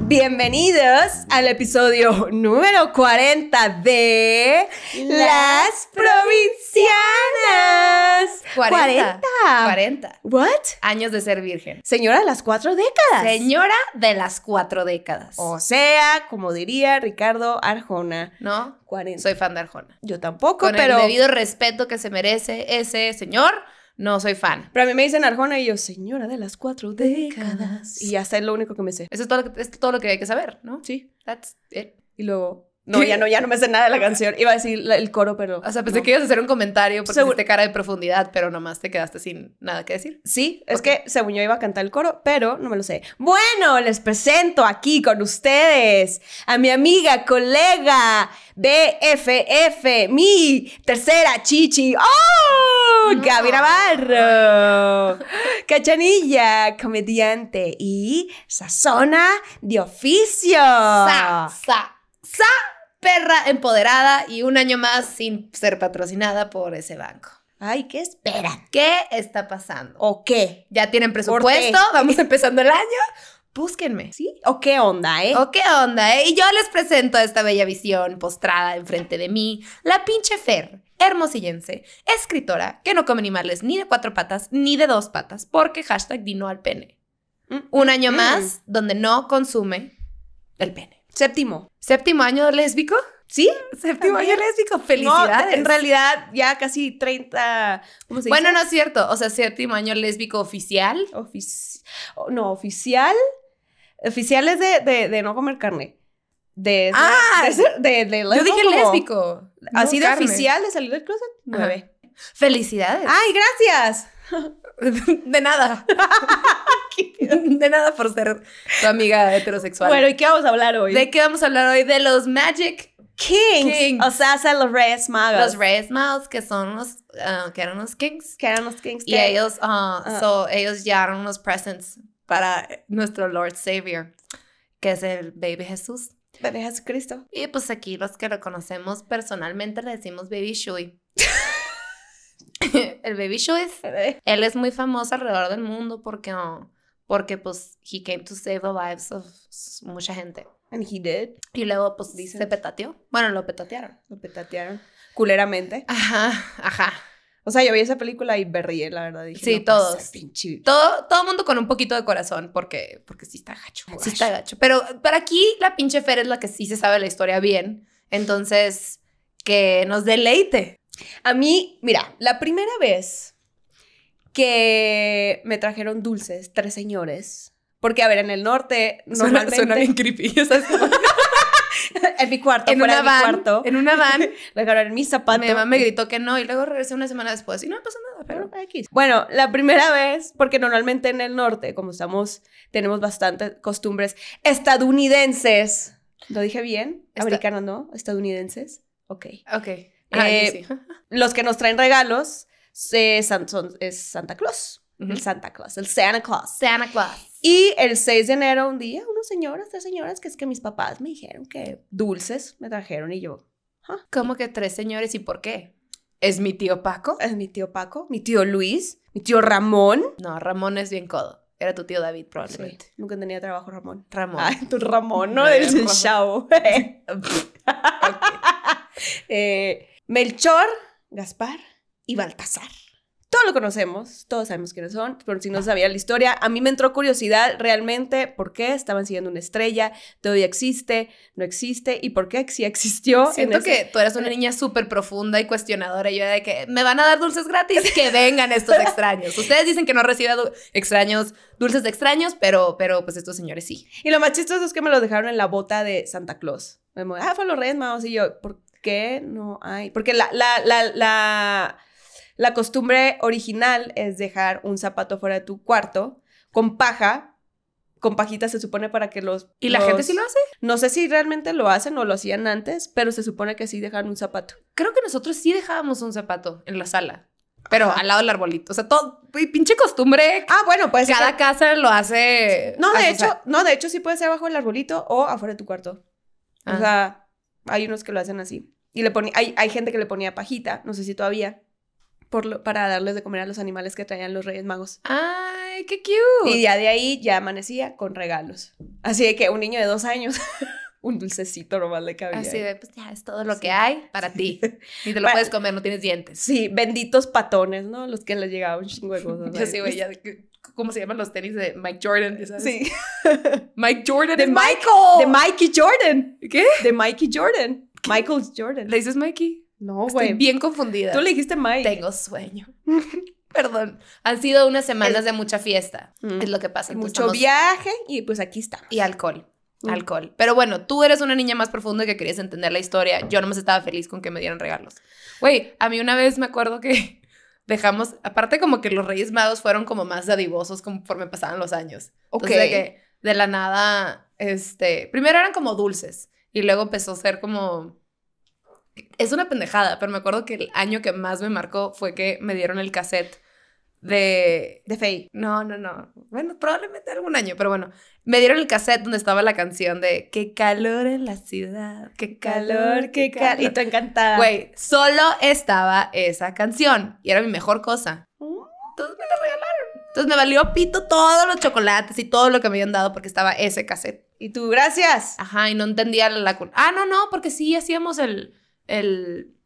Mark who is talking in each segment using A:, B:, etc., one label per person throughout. A: Bienvenidos al episodio número 40 de Las Provincianas.
B: 40. 40
A: ¿What?
B: años de ser virgen.
A: Señora, las cuatro décadas.
B: Señora de las cuatro décadas.
A: O sea, como diría Ricardo Arjona,
B: ¿No?
A: 40.
B: Soy fan de Arjona.
A: Yo tampoco,
B: Con
A: pero,
B: el debido respeto que se merece ese señor, no soy fan.
A: pero a mí me dicen Arjona y yo, señora de las cuatro décadas. Y ya está, es lo único que me sé.
B: Eso es todo lo que, es todo lo que hay que saber, ¿no?
A: Sí.
B: That's it.
A: Y luego, no, ya no, ya no me sé nada de la canción. Iba a decir la- el coro, pero...
B: O sea, pensé
A: no.
B: que ibas a hacer un comentario porque
A: Seguro.
B: hiciste cara de profundidad, pero nomás te quedaste sin nada que decir.
A: Sí, es
B: Ok.
A: que según yo iba a cantar el coro, pero no me lo sé. Bueno, les presento aquí con ustedes a mi amiga, colega BFF, mi tercera chichi. ¡Oh!
B: No.
A: Gaby Navarro, cachanilla, comediante y sazona de oficio. Ah.
B: Sa, sa, sa, perra empoderada y un año más sin ser patrocinada por ese banco.
A: Ay, ¿qué esperan?
B: ¿Qué está pasando?
A: ¿O qué?
B: Ya tienen
A: Corté.
B: presupuesto, vamos empezando el año. Búsquenme.
A: ¿Sí? ¿O qué onda, eh?
B: ¿O qué onda, eh? Y yo les presento a esta bella visión postrada enfrente de mí, la pinche Fer, hermosillense, escritora que no come animales ni de cuatro patas ni de dos patas, porque hashtag dino al pene.
A: Mm.
B: Un año
A: Mm.
B: más donde no consume el pene.
A: Séptimo.
B: Séptimo año lésbico.
A: ¿Sí,
B: Séptimo
A: También.
B: año lésbico.
A: No,
B: Felicidades.
A: en realidad ya casi 30, ¿cómo se dice?
B: bueno, no es cierto. O sea, séptimo año lésbico oficial.
A: Ofici- oh, no, oficial. Oficial es de, de, de no comer carne. De,
B: Ah,
A: de, ser- de- de
B: Yo
A: lesbo
B: dije
A: como-
B: lésbico.
A: Así
B: no
A: de
B: carne.
A: oficial de salir del closet. Nueve.
B: Felicidades.
A: ¡Ay, gracias!
B: De nada. de nada por ser tu amiga heterosexual.
A: Bueno, ¿y qué vamos a hablar hoy?
B: ¿De qué vamos a hablar hoy? De los Magic,
A: Kings.
B: Kings.
A: O sea, hacen los Reyes Magos.
B: los Reyes Mouse, que son los, ah, que eran los Kings.
A: Que eran los Kings.
B: Y
A: que-
B: ellos, ah,
A: Ah.
B: so, ellos llevaron unos presents para nuestro Lord Savior, que es el Baby Jesús.
A: Bebé Jesucristo.
B: Y pues aquí los que lo conocemos personalmente le decimos Baby Shui. el Baby Shui es
A: Bebé.
B: Él es muy famoso alrededor del mundo porque, oh, porque pues, he came to save the lives of s- mucha gente.
A: And he did.
B: Y luego, pues,
A: Dicen.
B: se petateó. Bueno, lo petatearon.
A: Lo petatearon. Culeramente.
B: Ajá, ajá.
A: O sea, yo vi esa película y me rié, la verdad. Dije,
B: Sí,
A: no puede
B: todos.
A: ser, pinche-
B: Todo, todo mundo con un poquito de corazón porque, porque sí está gacho.
A: Gacho.
B: Sí está gacho. Pero para aquí, la pinche Fer es la que sí se sabe la historia bien. Entonces, que nos deleite.
A: A mí, mira, la primera vez que me trajeron dulces, tres señores. Porque, a ver, en el norte,
B: Suena-
A: normalmente.
B: Suena, bien creepy. o sea, es como-
A: en mi cuarto,
B: en,
A: fuera de
B: una
A: mi
B: van,
A: cuarto.
B: en una van.
A: Me dejaron en mi zapato.
B: Mi mamá me gritó que no y luego regresé una semana después y no pasó nada. Pero...
A: Pero, X. Bueno, la primera vez, porque normalmente en el norte, como estamos, tenemos bastantes costumbres estadounidenses. ¿Lo dije bien?
B: Esta-
A: Americanos, ¿no? Estadounidenses. Ok.
B: Ok. Ah, yo
A: Eh,
B: sí.
A: Los que nos traen regalos eh, san- son- es Santa Claus.
B: Ujú.
A: El Santa Claus, el Santa Claus.
B: Santa Claus.
A: Y el 6 de enero, un día, unos señoras, tres señoras, que es que mis papás me dijeron que dulces me trajeron y yo,
B: ¿Cómo que tres señores y por qué? ¿Es mi tío Paco?
A: es mi tío Paco, mi tío Luis, mi tío Ramón.
B: No, Ramón es bien codo. Era tu tío David probablemente.
A: Sí, nunca tenía trabajo Ramón.
B: Ramón.
A: Ay, Ah, tu Ramón, ¿no?
B: No,
A: Del
B: Ramón.
A: chavo. Eh, Melchor, Gaspar y Baltasar. Todos lo conocemos, todos sabemos quiénes son, pero si no sabía la historia, a mí me entró curiosidad realmente por qué estaban siguiendo una estrella, todavía existe, no existe, y por qué sí existió. en
B: Siento
A: ese-
B: que tú eras una niña súper profunda y cuestionadora. Y yo era de que, ¿me van a dar dulces gratis? Que vengan estos extraños. Ustedes dicen que no reciba du- extraños, dulces de extraños, pero, pero pues estos señores sí.
A: Y lo más chistoso es que me lo dejaron en la bota de Santa Claus. Me mo- ah, fue los Reyes Magos. Y yo, ¿por qué no hay? Porque la, la, la, la, la costumbre original es dejar un zapato fuera de tu cuarto con paja. Con pajita se supone para que los...
B: ¿Y la
A: los-
B: gente sí lo hace?
A: No sé si realmente lo hacen o lo hacían antes, pero se supone que sí dejaron un zapato.
B: Creo que nosotros sí dejábamos un zapato en la sala, pero
A: Ajá.
B: al lado del arbolito. O sea, todo, pinche costumbre
A: Ah, bueno, pues...
B: Cada casa lo hace.
A: No,
B: a
A: de
B: su
A: hecho,
B: sa-
A: no, de hecho sí puede ser abajo del arbolito o afuera de tu cuarto.
B: Ah.
A: O sea, hay unos que lo hacen así. Y le ponía, hay, hay gente que le ponía pajita, no sé si todavía, por lo- para darles de comer a los animales que traían los Reyes Magos.
B: Ay, qué cute.
A: Y ya de ahí ya amanecía con regalos. Así de que un niño de dos años, un dulcecito nomás le cabía.
B: Así de, pues ya, es todo lo
A: Sí.
B: que hay para ti. Ni te lo
A: Bueno.
B: puedes comer, no tienes dientes.
A: Sí, benditos patones, ¿no? Los que les llegaba un chingo de cosas.
B: Yo sí, güey, ya, de que- ¿cómo se llaman los tenis de Mike Jordan? ya ¿sabes?
A: Sí.
B: Mike Jordan
A: De
B: es
A: Mike-
B: Michael.
A: De Mikey Jordan.
B: Oh. ¿Qué?
A: De Mikey Jordan. Michael Jordan.
B: ¿Le dices Mikey?
A: No,
B: Estoy
A: güey.
B: bien confundida.
A: Tú le dijiste Mike.
B: Tengo sueño. Perdón. Han sido unas semanas de mucha fiesta.
A: Mm.
B: Es lo que pasa. Entonces,
A: Mucho
B: estamos-
A: viaje y pues aquí está.
B: Y alcohol.
A: Mm.
B: Alcohol. Pero bueno, tú eres una niña más profunda que querías entender la historia. Yo nomás estaba feliz con que me dieran regalos. Güey, a mí una vez me acuerdo que dejamos, aparte como que los Reyes Magos fueron como más dadivosos conforme pasaban los años.
A: Ok.
B: Entonces, de que de la nada, este, primero eran como dulces y luego empezó a ser como... Es una pendejada, pero me acuerdo que el año que más me marcó fue que me dieron el cassette de
A: De Faye.
B: no, no, no. Bueno, probablemente algún año, pero bueno. Me dieron el cassette donde estaba la canción de Qué calor en la ciudad, qué calor, qué calor.
A: Y tú encantada.
B: Güey, solo estaba esa canción y era mi mejor cosa.
A: Mm.
B: Entonces me la regalaron. Entonces me valió pito todos los chocolates y todo lo que me habían dado porque estaba ese cassette.
A: Y tú, gracias.
B: Ajá, y no entendía la, la cul- Ah, no, no, porque sí hacíamos el, el,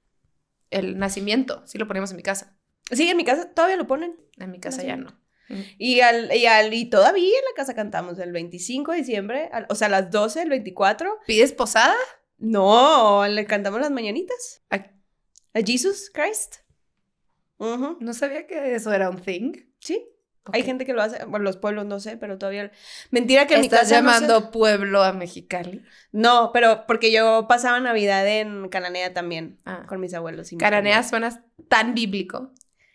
B: el nacimiento. Sí lo poníamos en mi casa.
A: Sí, en mi casa todavía lo ponen.
B: En mi casa ya no.
A: Nacimiento. Y, al, y, al, y todavía en la casa cantamos el 25 de diciembre, al- o sea, a las 12, el 24.
B: ¿Pides posada?
A: No, le cantamos las mañanitas.
B: ¿A
A: A Jesus Christ. Ujú,
B: No sabía que eso era un thing.
A: Sí, hay gente que lo hace, bueno, los pueblos no sé, pero todavía... Mentira que
B: que
A: en mi
B: estás
A: casa no se-
B: llamando pueblo a Mexicali.
A: No, pero porque yo pasaba Navidad en Cananea también,
B: Ah.
A: con mis abuelos. y mis
B: Cananea
A: abuelas.
B: suena tan bíblico.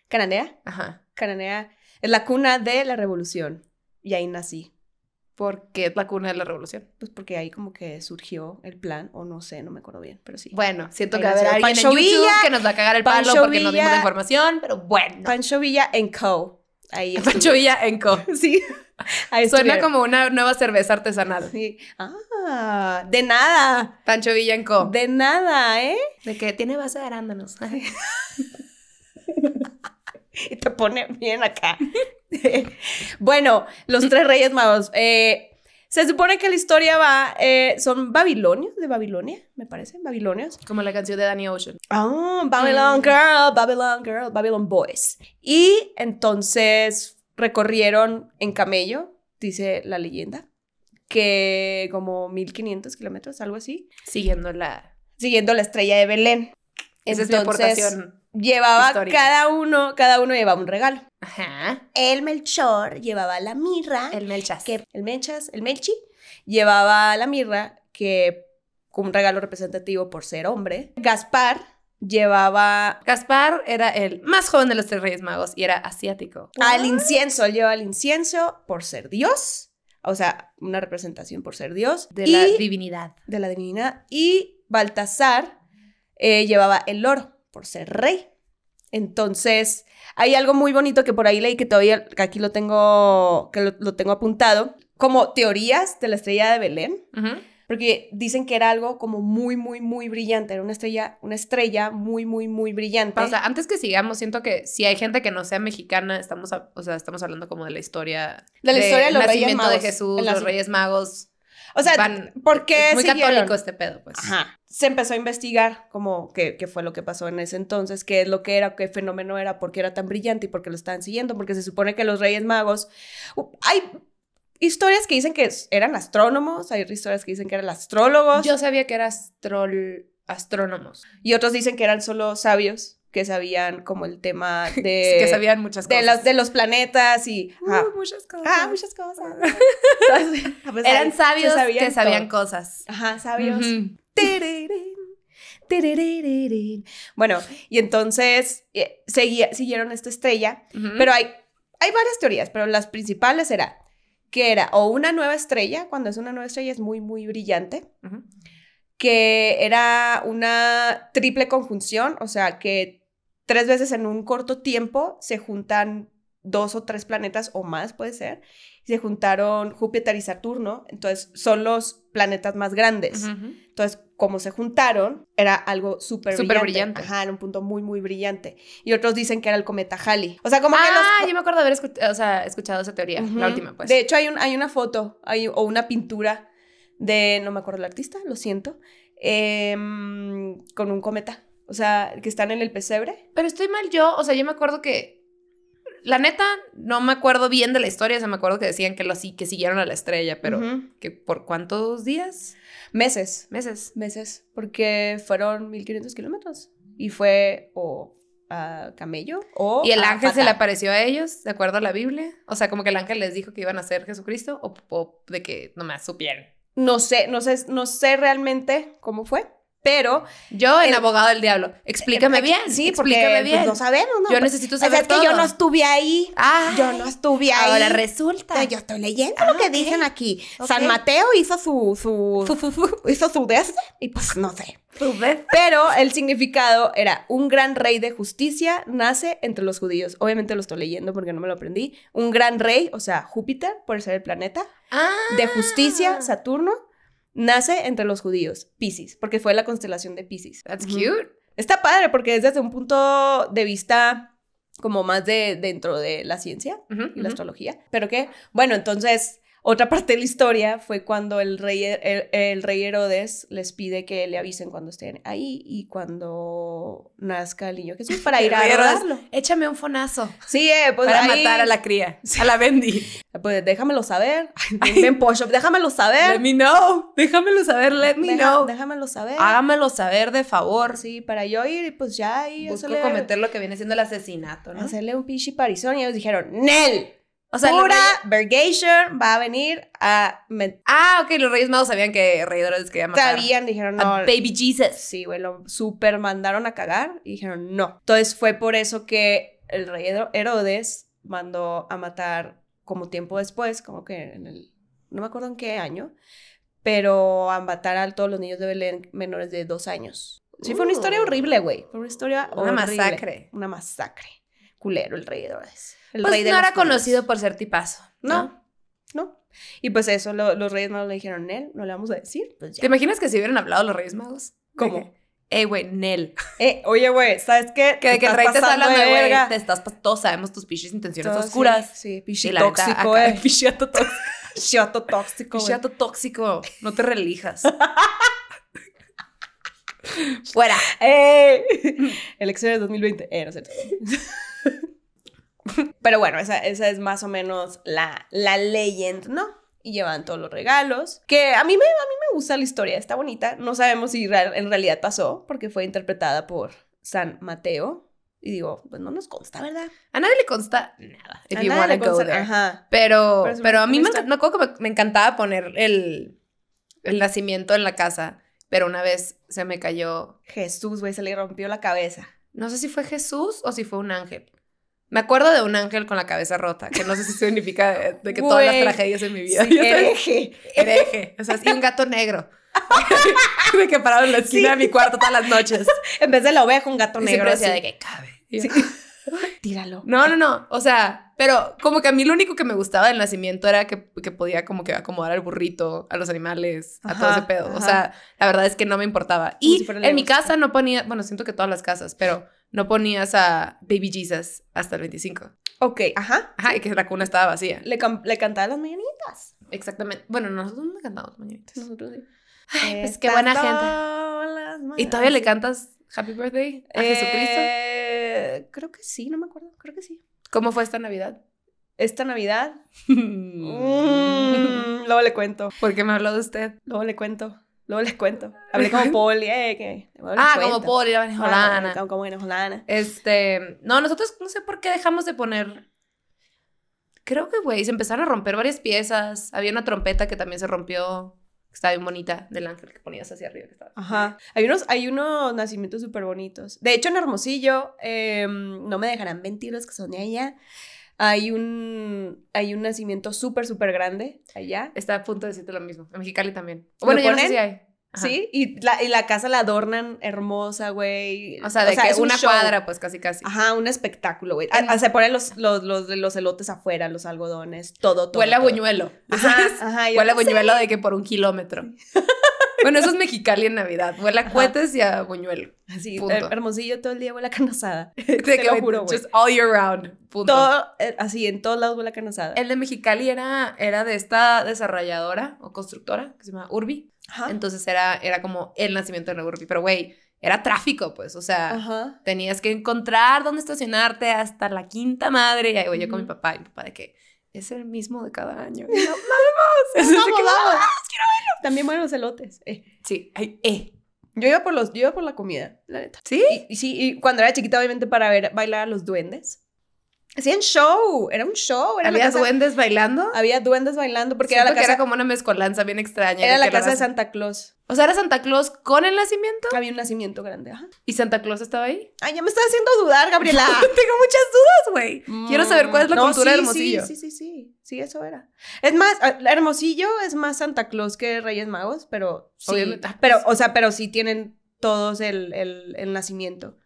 A: Cananea,
B: Ajá.
A: Cananea es la cuna de la revolución. Y ahí nací.
B: Porque es la cuna de la revolución.
A: Pues porque ahí como que surgió el plan, o no sé, no me acuerdo bien, pero sí.
B: Bueno, siento
A: Ahí
B: que va a haber
A: nació
B: alguien
A: Pancho
B: en YouTube
A: Villa,
B: que nos va a cagar el palo
A: Pancho
B: porque no dimos la
A: Villa.
B: información, pero bueno.
A: Pancho Villa and Co. Ahí estuve.
B: Pancho Villa Enco.
A: Sí. Ahí
B: Suena
A: estuvieron.
B: como una nueva cerveza artesanal.
A: Sí. Ah, de nada.
B: Pancho Villa Enco. De,
A: De nada, ¿eh?
B: que tiene base de arándanos.
A: Y te pone bien acá. bueno, los tres reyes magos. Eh, se supone que la historia va. eh, son babilonios, de Babilonia, me parece. Babilonios.
B: Como la canción de Danny Ocean.
A: Ah, Babylon
B: Mm.
A: Girl, Babylon Girl, Babylon Boys. Y entonces recorrieron en camello, dice la leyenda, que como 1500 kilómetros, algo así,
B: Siguiendo la...
A: siguiendo la estrella de Belén.
B: Esa es mi aportación.
A: llevaba
B: histórica.
A: cada uno, cada uno llevaba un regalo.
B: Ajá.
A: El Melchor llevaba la mirra,
B: El Melchas.
A: que el Menchas, el Melchi llevaba la mirra, que como un regalo representativo por ser hombre. Gaspar llevaba
B: Gaspar era el más joven de los tres reyes magos y era asiático.
A: al incienso, él llevaba el incienso por ser Dios, o sea, una representación por ser Dios
B: de
A: y-
B: la divinidad.
A: de la divinidad. Y Baltasar eh, llevaba el oro por ser rey. Entonces, hay algo muy bonito que por ahí leí que todavía que aquí lo tengo, que lo, lo tengo apuntado, como teorías de la estrella de Belén, porque dicen que era algo como muy, muy, muy brillante, era una estrella, una estrella muy, muy, muy brillante.
B: Pa- O sea, antes que sigamos, siento que si hay gente que no sea mexicana, estamos, a- o sea, estamos hablando como de la historia
A: De la historia de los Reyes
B: nacimiento
A: Magos,
B: de Jesús,
A: el naci-
B: los Reyes Magos.
A: O sea,
B: van-
A: ¿por qué
B: es muy
A: siguieron?
B: católico este pedo, pues.
A: Ajá. Se empezó a investigar como qué, qué fue lo que pasó en ese entonces, qué es lo que era, qué fenómeno era, por qué era tan brillante y por qué lo estaban siguiendo, porque se supone que los Reyes Magos... u- Hay historias que dicen que s- eran astrónomos, hay historias que dicen que eran astrólogos
B: Yo sabía que eran astrol- astrónomos,
A: y otros dicen que eran solo sabios que sabían como el tema de,
B: que sabían muchas
A: Eh, de,
B: cosas.
A: las, de los planetas y...
B: Uh,
A: ajá.
B: muchas cosas.
A: Ah, muchas cosas. Pues ahí
B: Eran
A: se
B: sabios que
A: todo.
B: sabían cosas.
A: Ajá, sabios.
B: Ujú.
A: Tererén, terererererén. Bueno, y entonces eh, seguía- siguieron esta estrella,
B: Ujú.
A: pero hay, hay varias teorías, pero las principales era que era o una nueva estrella, cuando es una nueva estrella es muy, muy brillante,
B: Ujú.
A: que era una triple conjunción, o sea, que tres veces en un corto tiempo se juntan dos o tres planetas o más, puede ser, y se juntaron Júpiter y Saturno, entonces son los planetas más grandes.
B: Ujú.
A: Entonces, como se juntaron, era algo súper
B: Súper
A: brillante.
B: brillante.
A: Ajá, era un punto muy, muy brillante. Y otros dicen que era el cometa Halley. O sea, como que los...
B: ah, yo me acuerdo haber escuchado, o sea, escuchado esa teoría,
A: Ujú.
B: la última, pues.
A: De hecho, hay, un- hay una foto hay, o una pintura de, no me acuerdo el artista, lo siento, em, con un cometa. O sea, que están en el pesebre.
B: Pero estoy mal yo, o sea, yo me acuerdo que. La neta, no me acuerdo bien de la historia, o sea, me acuerdo que decían que, lo, sí- que siguieron a la estrella, pero
A: Ujú.
B: que ¿por cuántos días?
A: Meses,
B: Meses.
A: meses, porque fueron 1500 kilómetros. Y fue o a camello o
B: ¿Y el
A: a
B: ángel se
A: pata.
B: le apareció a ellos, de acuerdo a la Biblia? O sea, como que el ángel les dijo que iban a ser Jesucristo, o, o de que nomás supieron.
A: No sé, no sé, no sé realmente cómo fue, pero...
B: Yo, en
A: El-
B: abogado del diablo, explícame
A: Eh,
B: bien.
A: Sí, porque
B: Ah, explícame
A: pues,
B: bien.
A: no sabemos, ¿no?
B: yo
A: Pues,
B: necesito
A: o sea,
B: saber
A: es que yo
B: todo.
A: no estuve ahí.
B: Ay,
A: Yo no estuve ahí.
B: Ahora resulta.
A: Yo estoy leyendo
B: Ah,
A: lo que
B: ok.
A: dicen aquí.
B: Ok.
A: San Mateo hizo su,
B: Fu,
A: su
B: fu, fu.
A: hizo su de este y pues no sé.
B: Fu, ves.
A: Pero el significado era un gran rey de justicia nace entre los judíos. Obviamente lo estoy leyendo porque no me lo aprendí. Un gran rey, o sea, Júpiter, por ser el planeta
B: Ah.
A: de justicia, Saturno, nace entre los judíos, Piscis, porque fue la constelación de Piscis.
B: That's
A: Ujú.
B: cute.
A: Está padre porque es desde un punto de vista como más de dentro de la ciencia
B: Ujú,
A: y la
B: ujú.
A: astrología. Pero que, bueno, entonces otra parte de la historia fue cuando el rey, el, el rey Herodes les pide que le avisen cuando estén ahí y cuando nazca el niño Jesús para ir a
B: Rey Herodes.
A: rodarlo.
B: Échame un fonazo
A: Sí, eh, pues
B: para
A: ahí-
B: matar a la cría, a la Bendy.
A: Pues déjamelo saber. Ay, ven, Pocho, déjamelo
B: Let
A: saber.
B: me know. Déjamelo saber, let me
A: Deja-
B: know. Ah,
A: Déjamelo saber.
B: Hágamelo saber de favor.
A: Sí, para yo ir y pues ya ahí
B: Busco
A: hacerle-
B: cometer lo que viene siendo el asesinato, ¿no?
A: hacerle un pinche parizón y ellos dijeron, ¡Nel!
B: O sea, los
A: pura
B: reyes-
A: vergation va a venir a men-
B: Ah, ok, los Reyes Magos sabían que Rey Herodes quería matar
A: sabían dijeron no
B: a Baby Jesus.
A: sí güey lo super mandaron a cagar y dijeron no entonces fue por eso que el rey Hero- Herodes mandó a matar como tiempo después como que en el no me acuerdo en qué año pero a matar a todos los niños de Belén menores de dos años sí fue una
B: Uh.
A: historia horrible güey fue una historia
B: Una
A: horrible.
B: masacre.
A: una masacre culero el rey Herodes el
B: Pues
A: rey de
B: no
A: los
B: era
A: judíos.
B: conocido por ser tipazo.
A: No,
B: No.
A: no. Y pues eso, lo- los Reyes Magos le dijeron, Nel, no le vamos a decir. Pues ya.
B: ¿Te imaginas que si hubieran hablado los Reyes Magos?
A: ¿Cómo?
B: De que, Ey, güey, Nel.
A: Eh, oye, güey, ¿sabes qué?
B: Que de que el
A: Estás
B: rey te está
A: pasando
B: hablando de
A: verga.
B: güey. Te estás, pas- todos sabemos tus pichis intenciones
A: Todo, sí,
B: oscuras.
A: Sí,
B: Y
A: pichi
B: la neta,
A: tóxico,
B: acá-
A: eh.
B: Pichato tóxico.
A: Chato tóxico, güey.
B: Pichato tóxico. No te relijas. Fuera. Eh.
A: ¡Ey! Elecciones 2020. Eh, no sé. Pero bueno, esa, esa es más o menos la, la legend, ¿no? Y llevan todos los regalos. Que a mí, me, a mí me gusta la historia, está bonita. No sabemos si real- en realidad pasó, porque fue interpretada por San Mateo. Y digo, pues no nos consta, ¿verdad?
B: A nadie le consta nada. If
A: A
B: you
A: nadie
B: wanna
A: le
B: go
A: consta-
B: there.
A: Ajá.
B: Pero,
A: Pero es
B: pero a
A: una
B: mí me,
A: historia.
B: me acuerdo que me, me encantaba poner el, el nacimiento en la casa, pero una vez se me cayó,
A: Jesús, güey, se le rompió la cabeza.
B: no sé si fue Jesús o si fue un ángel. Me acuerdo de un ángel con la cabeza rota, que no sé si significa de, de que todas las
A: Güey,
B: tragedias en mi vida.
A: Sí, eh,
B: ya sabes,
A: hereje.
B: hereje, O sea, y un gato negro. de que parado en la esquina de mi cuarto todas las noches.
A: En vez de la oveja, un gato
B: Y siempre
A: negro.
B: decía
A: así.
B: de que cabe. Y yo,
A: Sí. Tíralo.
B: No, no, no. O sea, pero como que a mí lo único que me gustaba del nacimiento era que, que podía como que acomodar al burrito, a los animales, a todo
A: Ajá,
B: ese pedo. O
A: ajá.
B: sea, la verdad es que no me importaba. Y
A: si fuera la
B: en mi
A: música.
B: casa no ponía, bueno, siento que todas las casas, pero no ponías a Baby Jesus hasta el 25.
A: Ok, ajá.
B: Ajá, y que la cuna estaba vacía.
A: Le, cam- le cantaba las mañanitas.
B: Exactamente. Bueno, nosotros no cantamos mañanitas.
A: Nosotros sí.
B: Ay, pues qué buena gente. ¿Y todavía le cantas Happy Birthday a Jesucristo?
A: Jesucristo? Eh, Creo que sí, no me acuerdo. Creo que sí.
B: ¿Cómo fue esta Navidad?
A: Esta Navidad. Mm, luego le cuento.
B: ¿Por qué me habló de usted?
A: Luego le cuento. Luego les cuento. Hablé como Poli, eh, que. luego les
B: Ah,
A: cuento.
B: como Paul y la venezolana.
A: Ah, Como, como venezolana.
B: Este, no, nosotros no sé por qué dejamos de poner. Creo que, güey, se empezaron a romper varias piezas. Había una trompeta que también se rompió, que estaba bien bonita, del ángel que ponías hacia arriba. Que estaba.
A: Ajá. Hay unos, hay unos nacimientos súper bonitos. De hecho, en Hermosillo, em, no me dejarán mentir los que son de allá. Hay un, hay un nacimiento súper, súper grande allá.
B: Está a punto de decirte lo mismo. En Mexicali también.
A: ¿Lo
B: Bueno, yo no sé
A: ponen?
B: si hay. Ajá.
A: ¿Sí? Y la, y la casa la adornan hermosa, güey.
B: O sea, de que
A: es un
B: una
A: show.
B: cuadra, pues casi casi.
A: Ajá, un espectáculo, güey.
B: En-
A: Ah, ah, Se ponen los, los, los, los elotes afuera, los algodones, todo, todo.
B: Huele a
A: todo.
B: buñuelo.
A: Ajá,
B: ¿sabes?
A: ajá. yo-
B: Huele a buñuelo de que por un kilómetro. bueno, eso es Mexicali en Navidad. Huele a
A: Ajá.
B: cohetes y a buñuelo.
A: Así,
B: Punto.
A: her- hermosillo todo el día huele a carne asada.
B: Te,
A: lo juro, güey.
B: Just all year round. Punto.
A: Todo, eh, así, en todos lados huele a carne asada.
B: El de Mexicali era, era de esta desarrolladora o constructora que se llama Urbi.
A: Ajá.
B: Entonces era, era como el nacimiento de la Urbi. Pero, güey, era tráfico, pues. O sea,
A: Ajá.
B: tenías que encontrar dónde estacionarte hasta la quinta madre. Y ahí voy yo con mi
A: Ujú.
B: papá. Y mi papá de que es el mismo de cada año. Y yo,
A: Vamos,
B: Así de que,
A: vamos. También huelen los elotes. eh.
B: sí, ay, eh.
A: Yo iba por los, yo iba por la comida, la neta.
B: ¿Sí?
A: Y, y sí, y cuando era chiquita, obviamente, para ver bailar a los duendes. Hacían show, era un show. Era la
B: ¿Había
A: casa-
B: duendes bailando?
A: Había duendes bailando porque
B: Siento
A: era la
B: que
A: casa,
B: era como una mezcolanza bien extraña.
A: era
B: de
A: la
B: que
A: casa de
B: raza-
A: Santa Claus.
B: O sea, era Santa Claus con el nacimiento.
A: Había un nacimiento grande. Ajá.
B: ¿Y Santa Claus estaba ahí?
A: Ay, ya me estás haciendo dudar, Gabriela. Mm.
B: Tengo muchas dudas, güey. Quiero saber cuál es la
A: No,
B: cultura de
A: sí,
B: Hermosillo.
A: Sí, sí, sí, sí. Sí, eso era. Es más, a- Hermosillo es más Santa Claus que Reyes Magos, pero sí.
B: Obviamente. Ah,
A: Pero,
B: pues.
A: o sea, pero sí tienen todos el, el- el nacimiento.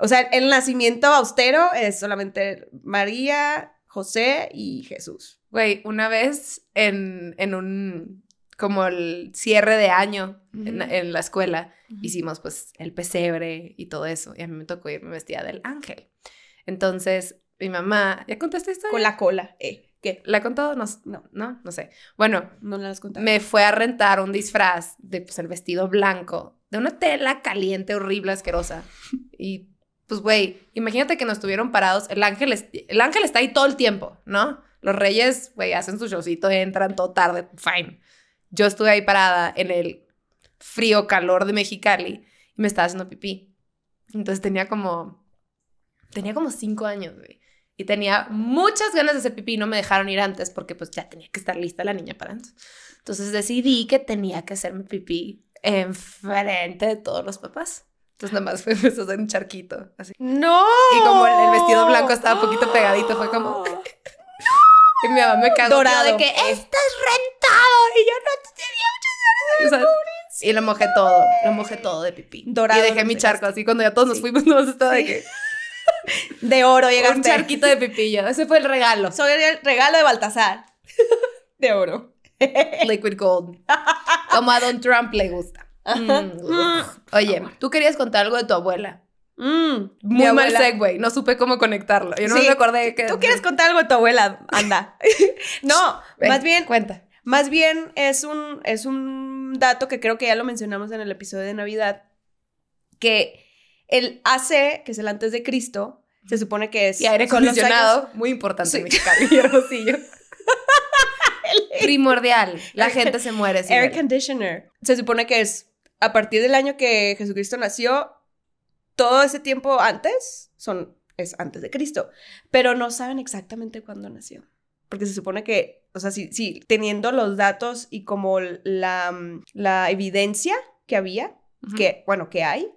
A: O sea, el nacimiento austero es solamente María, José y Jesús.
B: Güey, una vez en, en un, como el cierre de año en,
A: Ujú.
B: en la escuela, hicimos pues el pesebre y todo eso. Y a mí me tocó irme vestida del ángel. Entonces, mi mamá, ¿ya contaste esto?
A: Con la cola. Eh, ¿Qué?
B: ¿La he contado? No, s-
A: No,
B: no, no sé. Bueno,
A: no las contaba.
B: me fue a rentar un disfraz de pues, el vestido blanco, de una tela caliente, horrible, asquerosa. Y pues, güey, imagínate que nos estuvieron parados. El ángel, es- el ángel está ahí todo el tiempo, ¿no? Los reyes, güey, hacen su showcito, entran todo tarde, fine. Yo estuve ahí parada en el frío calor de Mexicali y me estaba haciendo pipí. Entonces tenía como, tenía como cinco años, güey. Y tenía muchas ganas de hacer pipí, no me dejaron ir antes porque pues ya tenía que estar lista la niña para antes. Entonces decidí que tenía que hacerme pipí enfrente de todos los papás. Entonces nada más fue empezó a hacer un charquito, así.
A: ¡No!
B: Y como el- el vestido blanco estaba poquito pegadito, fue como- Y mi mamá me cagó
A: Dorado.
B: tío, de que esto es rentado y yo no tenía muchas ganas. de- O sea, y lo mojé todo, lo mojé todo de pipí.
A: Dorado
B: y dejé
A: lo
B: mi charco así cuando ya todos nos
A: Sí.
B: fuimos, nada más estaba de que
A: De oro
B: un
A: llegaste.
B: charquito de pipí yo. Ese fue el regalo.
A: Soy el regalo de Baltasar. De oro.
B: Liquid gold. Como a Don Trump le gusta. Mm, ugh. Oye, tú querías contar algo de tu abuela.
A: Mm, mi
B: Muy mal
A: abuela.
B: segue, no supe cómo conectarlo. Yo no
A: Sí.
B: me acordé que.
A: Tú quieres contar algo de tu abuela, anda. no,
B: Ven,
A: más bien,
B: Cuenta.
A: más bien es un, es un dato que creo que ya lo mencionamos en el episodio de Navidad, que el AC, que es el antes de Cristo, se supone que es...
B: Y aire
A: son los años-
B: acondicionado, muy importante
A: Sí.
B: en Mexicali y Hermosillo. Primordial. La gente se muere. sin
A: Air
B: él.
A: conditioner. Se supone que es a partir del año que Jesucristo nació, todo ese tiempo antes son es antes de Cristo, pero no saben exactamente cuándo nació, porque se supone que, o sea, sí, sí, teniendo los datos y como la, la evidencia que había,
B: Ujú.
A: que, bueno, que hay,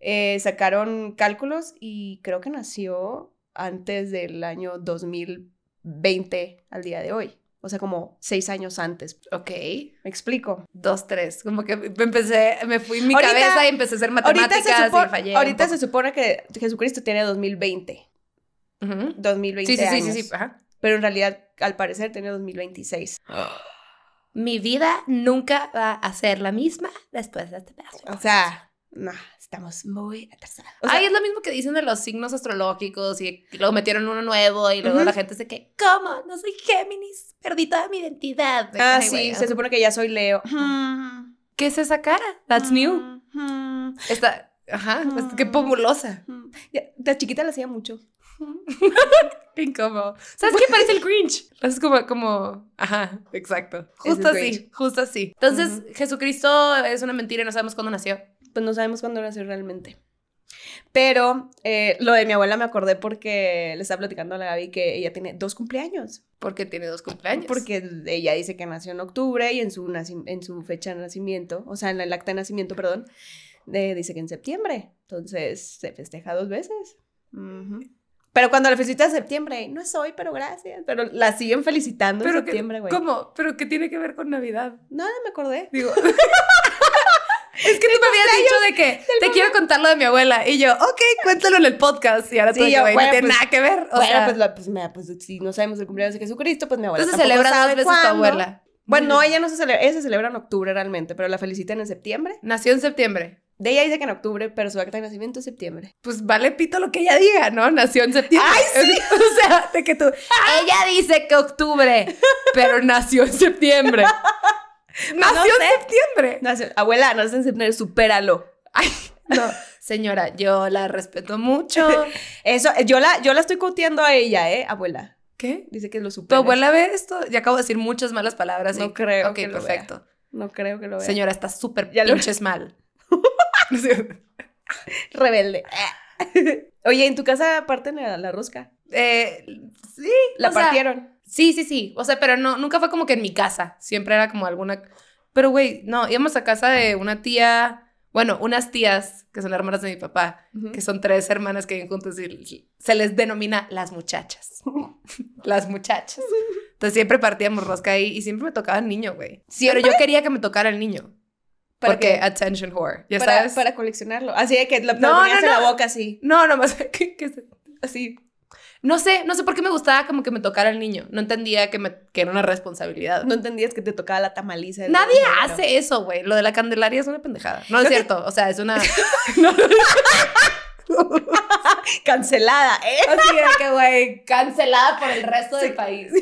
A: eh, sacaron cálculos y creo que nació antes del año 2020 al día de hoy, o sea, como seis años antes.
B: Ok.
A: ¿Me explico?
B: Dos, tres. Como que me empecé, me fui en mi
A: Ahorita-
B: cabeza y empecé a hacer matemáticas
A: ahorita se, supo-
B: y fallé.
A: ahorita
B: un
A: se supone que Jesucristo tiene 2020.
B: poco. Ujú.
A: 2020
B: Sí, sí, sí,
A: años,
B: sí, sí. Ajá.
A: Pero en realidad, al parecer, tiene 2026.
B: Mi vida nunca va a ser la misma después de este pedazo.
A: O sea, no, estamos muy atrasados. O sea,
B: Ay, es lo mismo que dicen de los signos astrológicos y luego metieron uno nuevo y luego
A: Ujú.
B: la gente se que, ¿cómo? No soy Géminis, perdí toda mi identidad. De que,
A: ah,
B: ay,
A: sí,
B: güey,
A: se supone que ya soy Leo.
B: ¿Qué es esa cara? That's
A: Mm,
B: new.
A: new.
B: Está, ajá, pues, qué
A: Mm.
B: populosa.
A: De chiquita la hacía mucho.
B: Qué incómodo. ¿Sabes qué? Parece el Grinch. Es como, como, ajá, exacto. Justo
A: el
B: así, justo así. Entonces, Jesucristo es una mentira y no sabemos cuándo nació.
A: Pues no sabemos cuándo nació realmente. Pero eh, lo de mi abuela me acordé porque le estaba platicando a la Gaby que ella tiene dos cumpleaños.
B: Porque tiene dos cumpleaños.
A: Porque ella dice que nació en octubre y en su, naci- en su fecha de nacimiento, o sea, en el acta de nacimiento, perdón, eh, dice que en septiembre. Entonces se festeja dos veces. Ujú. Pero cuando la felicita en septiembre, no es hoy, pero gracias. Pero la siguen felicitando en
B: Pero que-
A: septiembre, güey.
B: ¿Cómo? ¿Pero qué tiene que ver con Navidad?
A: Nada, me acordé.
B: Digo, Es que tú me habías dicho de que te quiero contar lo de mi abuela. Y yo, ok, cuéntalo en el podcast. Y ahora
A: Sí,
B: tú de que,
A: yo,
B: güey,
A: bueno,
B: no tiene
A: pues-
B: nada que ver. O
A: bueno,
B: sea,
A: pues, la- pues, mira, pues, si no sabemos el cumpleaños de Jesucristo, pues mi abuela
B: entonces
A: tampoco
B: celebra dos
A: sabe
B: veces tu
A: cuándo.
B: abuela.
A: Bueno, no, ella no se celebra, ella se celebra en octubre realmente, pero la felicitan en septiembre.
B: Nació en septiembre.
A: De ella dice que en octubre, pero su acta de nacimiento es septiembre.
B: Pues vale pito lo que ella diga, ¿no? Nació en septiembre.
A: ¡Ay,
B: sí! o sea, de que tú... Ella dice que octubre, pero nació en septiembre. ¡Nació
A: No
B: en septiembre!
A: Nace- abuela, nace en septiembre, supéralo.
B: No, señora, yo la respeto mucho.
A: Eso, eh, yo la, yo la estoy coteando a ella, ¿eh? Abuela.
B: ¿Qué?
A: Dice que lo
B: ¿Tu
A: supera.
B: abuela ve esto? Ya acabo de decir muchas malas palabras.
A: No
B: y-
A: creo
B: Ok,
A: que lo
B: perfecto.
A: No creo que lo vea.
B: Señora, está súper
A: Ya lo-
B: pinches mal.
A: Rebelde. Oye, ¿en tu casa parten a la rosca?
B: Eh, sí,
A: ¿La
B: o sea,
A: partieron?
B: sí, sí, sí. O sea, pero no, nunca fue como que en mi casa. Siempre era como alguna. Pero, güey, no, íbamos a casa de una tía. Bueno, unas tías que son hermanas de mi papá,
A: Ujú.
B: que son tres hermanas que viven juntas y se les denomina las muchachas. las muchachas. Entonces siempre partíamos rosca ahí y siempre me tocaba el niño, güey. Pero yo quería que me tocara el niño.
A: ¿Para
B: porque
A: qué?
B: attention whore, ya
A: para,
B: sabes.
A: para coleccionarlo. Así de que la
B: No,
A: ponías
B: no,
A: en
B: no.
A: la boca así.
B: No, nomás que, que se- así. No sé, no sé por qué me gustaba como que me tocara el niño. No entendía que, me, que era una responsabilidad.
A: No entendías que te tocaba la tamaliza. del
B: Nadie
A: dinero.
B: hace eso, güey. Lo de la candelaria es una pendejada. No
A: Creo
B: es
A: que-
B: cierto. O sea, es una. Así
A: Cancelada, ¿eh?
B: de que, güey, cancelada por el resto del país.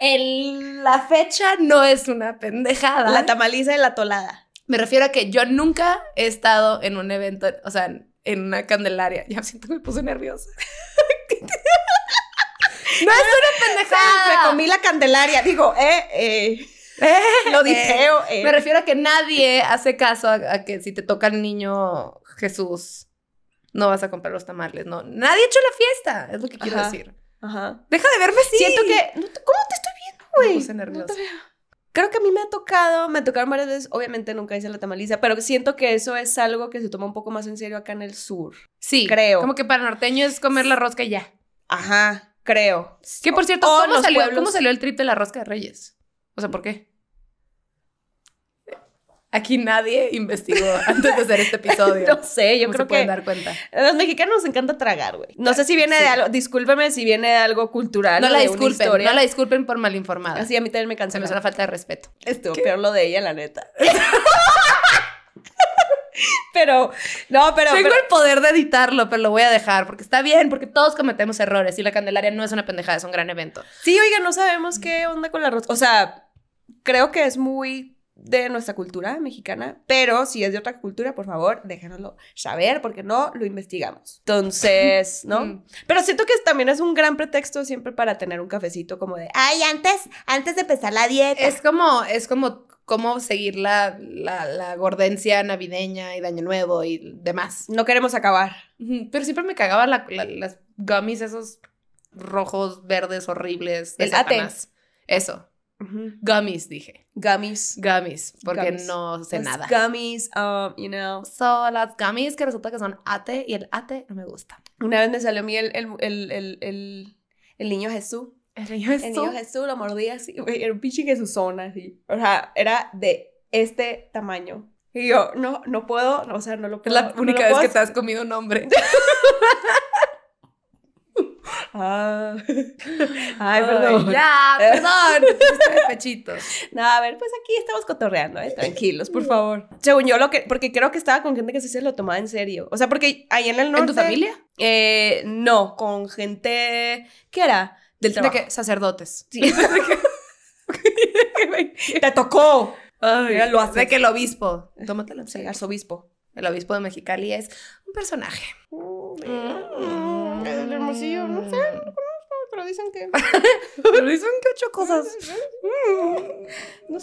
B: El- la fecha no es una pendejada.
A: La tamaliza de la tolada.
B: me refiero a que yo nunca he estado en un evento, o sea, en- en una candelaria. Ya siento que me puse nerviosa. no es una pendejada.
A: Me comí la candelaria. Digo, eh, eh.
B: Eh,
A: Lo
B: eh.
A: dijeo, eh.
B: Me refiero a que nadie hace caso a, a que si te toca el niño Jesús, no vas a comprar los tamales. No, nadie ha hecho la fiesta, es lo que quiero
A: Ajá.
B: decir.
A: Ajá.
B: Deja de verme así.
A: Siento que. no te- ¿Cómo te estoy viendo, güey?
B: Me puse nerviosa.
A: No te veo. Creo que a mí me ha tocado, me tocaron varias veces, obviamente nunca hice la tamaliza, pero siento que eso es algo que se toma un poco más en serio acá en el sur.
B: Sí,
A: creo.
B: Como que para norteño es comer la rosca y ya.
A: Ajá, creo.
B: Que por cierto,
A: O
B: ¿cómo
A: los
B: salió,
A: pueblos.
B: ¿cómo salió el trip de la rosca de Reyes? O sea, ¿por qué? Aquí nadie investigó antes de hacer este episodio.
A: No sé, yo
B: como se
A: creo
B: pueden
A: que
B: dar cuenta.
A: a los mexicanos nos encanta tragar, güey. No sé si viene
B: Sí.
A: de algo, discúlpame si viene de algo cultural.
B: No
A: o
B: la
A: de una
B: disculpen,
A: historia.
B: no la disculpen por malinformada.
A: Así a mí también me
B: Se
A: cansa.
B: me hace una falta de respeto.
A: Estuvo peor lo de ella, la neta. pero, no, pero.
B: Tengo
A: pero-
B: el poder de editarlo, pero lo voy a dejar porque está bien, porque todos cometemos errores y la Candelaria no es una pendejada, es un gran evento.
A: sí, oiga, no sabemos qué onda con la rosca. O sea, creo que es muy de nuestra cultura mexicana, pero si es de otra cultura, por favor, déjanoslo saber porque no lo investigamos. Entonces, ¿no?
B: Mm.
A: Pero siento que también es un gran pretexto siempre para tener un cafecito como de, ay, antes, antes de empezar la dieta.
B: Es como, es como, como seguir la, la, la gordencia navideña y de Año Nuevo y demás.
A: no queremos acabar.
B: Ujú, Pero siempre me cagaba la- la- las gummies esos rojos, verdes, horribles. de
A: El ate.
B: Satanás. Eso. Gummies, dije.
A: Gummies.
B: Gummies, porque
A: Gummies.
B: no sé
A: Las
B: nada.
A: Gummies, um, you know.
B: Son las gummies que resulta que son ate y el ate no me gusta.
A: Una vez me salió a mí el, el, el, el, el- el niño Jesús.
B: El niño es
A: El niño Jesús lo mordía así, güey. Era un pinche Jesúsón así. O sea, era de este tamaño. Y yo, no, no puedo, no, o sea, no lo
B: Es
A: puedo.
B: la única vez que te has comido un hombre.
A: Ah. Ay, perdón.
B: Ya, perdón. te pusiste de pechito.
A: No, a ver, pues aquí estamos cotorreando, ¿eh? Tranquilos, por favor. Según yo, lo que, porque creo que estaba con gente que sí se lo tomaba en serio. O sea, porque ahí en el norte.
B: ¿En tu familia?
A: Eh, no, con gente. ¿Qué era? Del
B: De
A: trabajo.
B: que sacerdotes.
A: Sí. Te tocó. Mira, lo haces.
B: De que el obispo. Tómatelo en
A: Sí,
B: serio.
A: arzobispo.
B: El obispo de Mexicali es un personaje. Mm.
A: El hermosillo, no sé, pero dicen que.
B: Pero dicen que ocho cosas.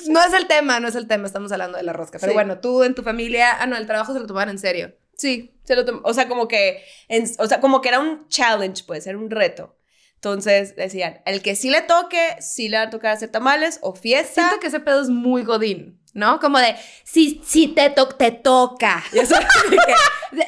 B: No es el tema, no es el tema. Estamos hablando de la rosca. Pero
A: Sí.
B: bueno, tú en tu familia. Ah, no, el trabajo se lo tomaban en serio.
A: Sí, se lo tom- O sea, como que. en- o sea, como que era un challenge, puede ser un reto. Entonces decían: el que sí le toque, sí le van a tocar hacer tamales o fiesta.
B: Siento que ese pedo es muy godín, ¿no? Como de, si, si te, to- te toca. Ya sabes, de que,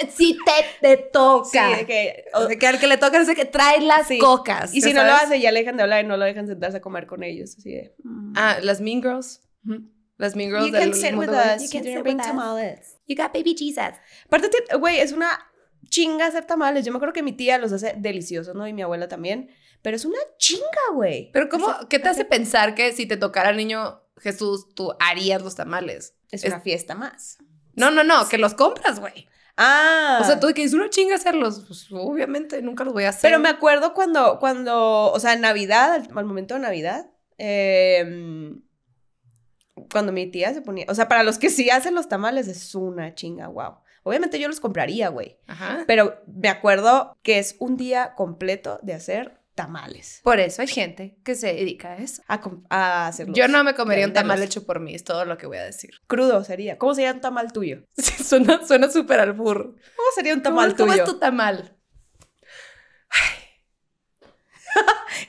B: de- si te, te
A: Sí,
B: toca.
A: de que- o-
B: O sea, que al que le toca es el que trae las
A: Sí.
B: cocas.
A: y
B: ya
A: si no lo
B: sabes.
A: hace, ya le dejan de hablar y no lo dejan sentarse a comer con ellos. Así de. mm.
B: Ah, las ah, Mean Girls.
A: Ujú.
B: Las Mean Girls
A: You
B: del
A: can sit with
B: mundo
A: us.
B: de- You
A: You
B: can
A: didn't
B: sit
A: bring
B: with us.
A: tamales.
B: You got baby Jesus.
A: Aparte, ti- güey, es una chinga hacer tamales. Yo me acuerdo que mi tía los hace deliciosos, ¿no? Y mi abuela también. Pero es una chinga, güey.
B: Pero ¿cómo,
A: O sea,
B: ¿qué te hace pensar que si te tocara el niño Jesús, tú harías los tamales?
A: Es
B: es-
A: una fiesta más.
B: No, no, no, que los compras, güey.
A: Ah.
B: O sea, tú de que es una chinga hacerlos. Pues obviamente nunca los voy a hacer.
A: Pero me acuerdo cuando, cuando, o sea, en Navidad, al, al momento de Navidad, eh, cuando mi tía se ponía, o sea, para los que sí hacen los tamales es una chinga, wow. Obviamente yo los compraría, güey.
B: Ajá.
A: Pero me acuerdo que es un día completo de hacer tamales.
B: Por eso hay gente que se dedica a eso.
A: A, com- a hacerlos.
B: Yo no me comería un
A: venderlos.
B: tamal hecho por mí, es todo lo que voy a decir.
A: Crudo sería. ¿Cómo sería un tamal tuyo?
B: Sí, suena suena súper al burro.
A: ¿Cómo sería un
B: ¿Cómo,
A: tamal
B: cómo
A: tuyo?
B: es tu tamal?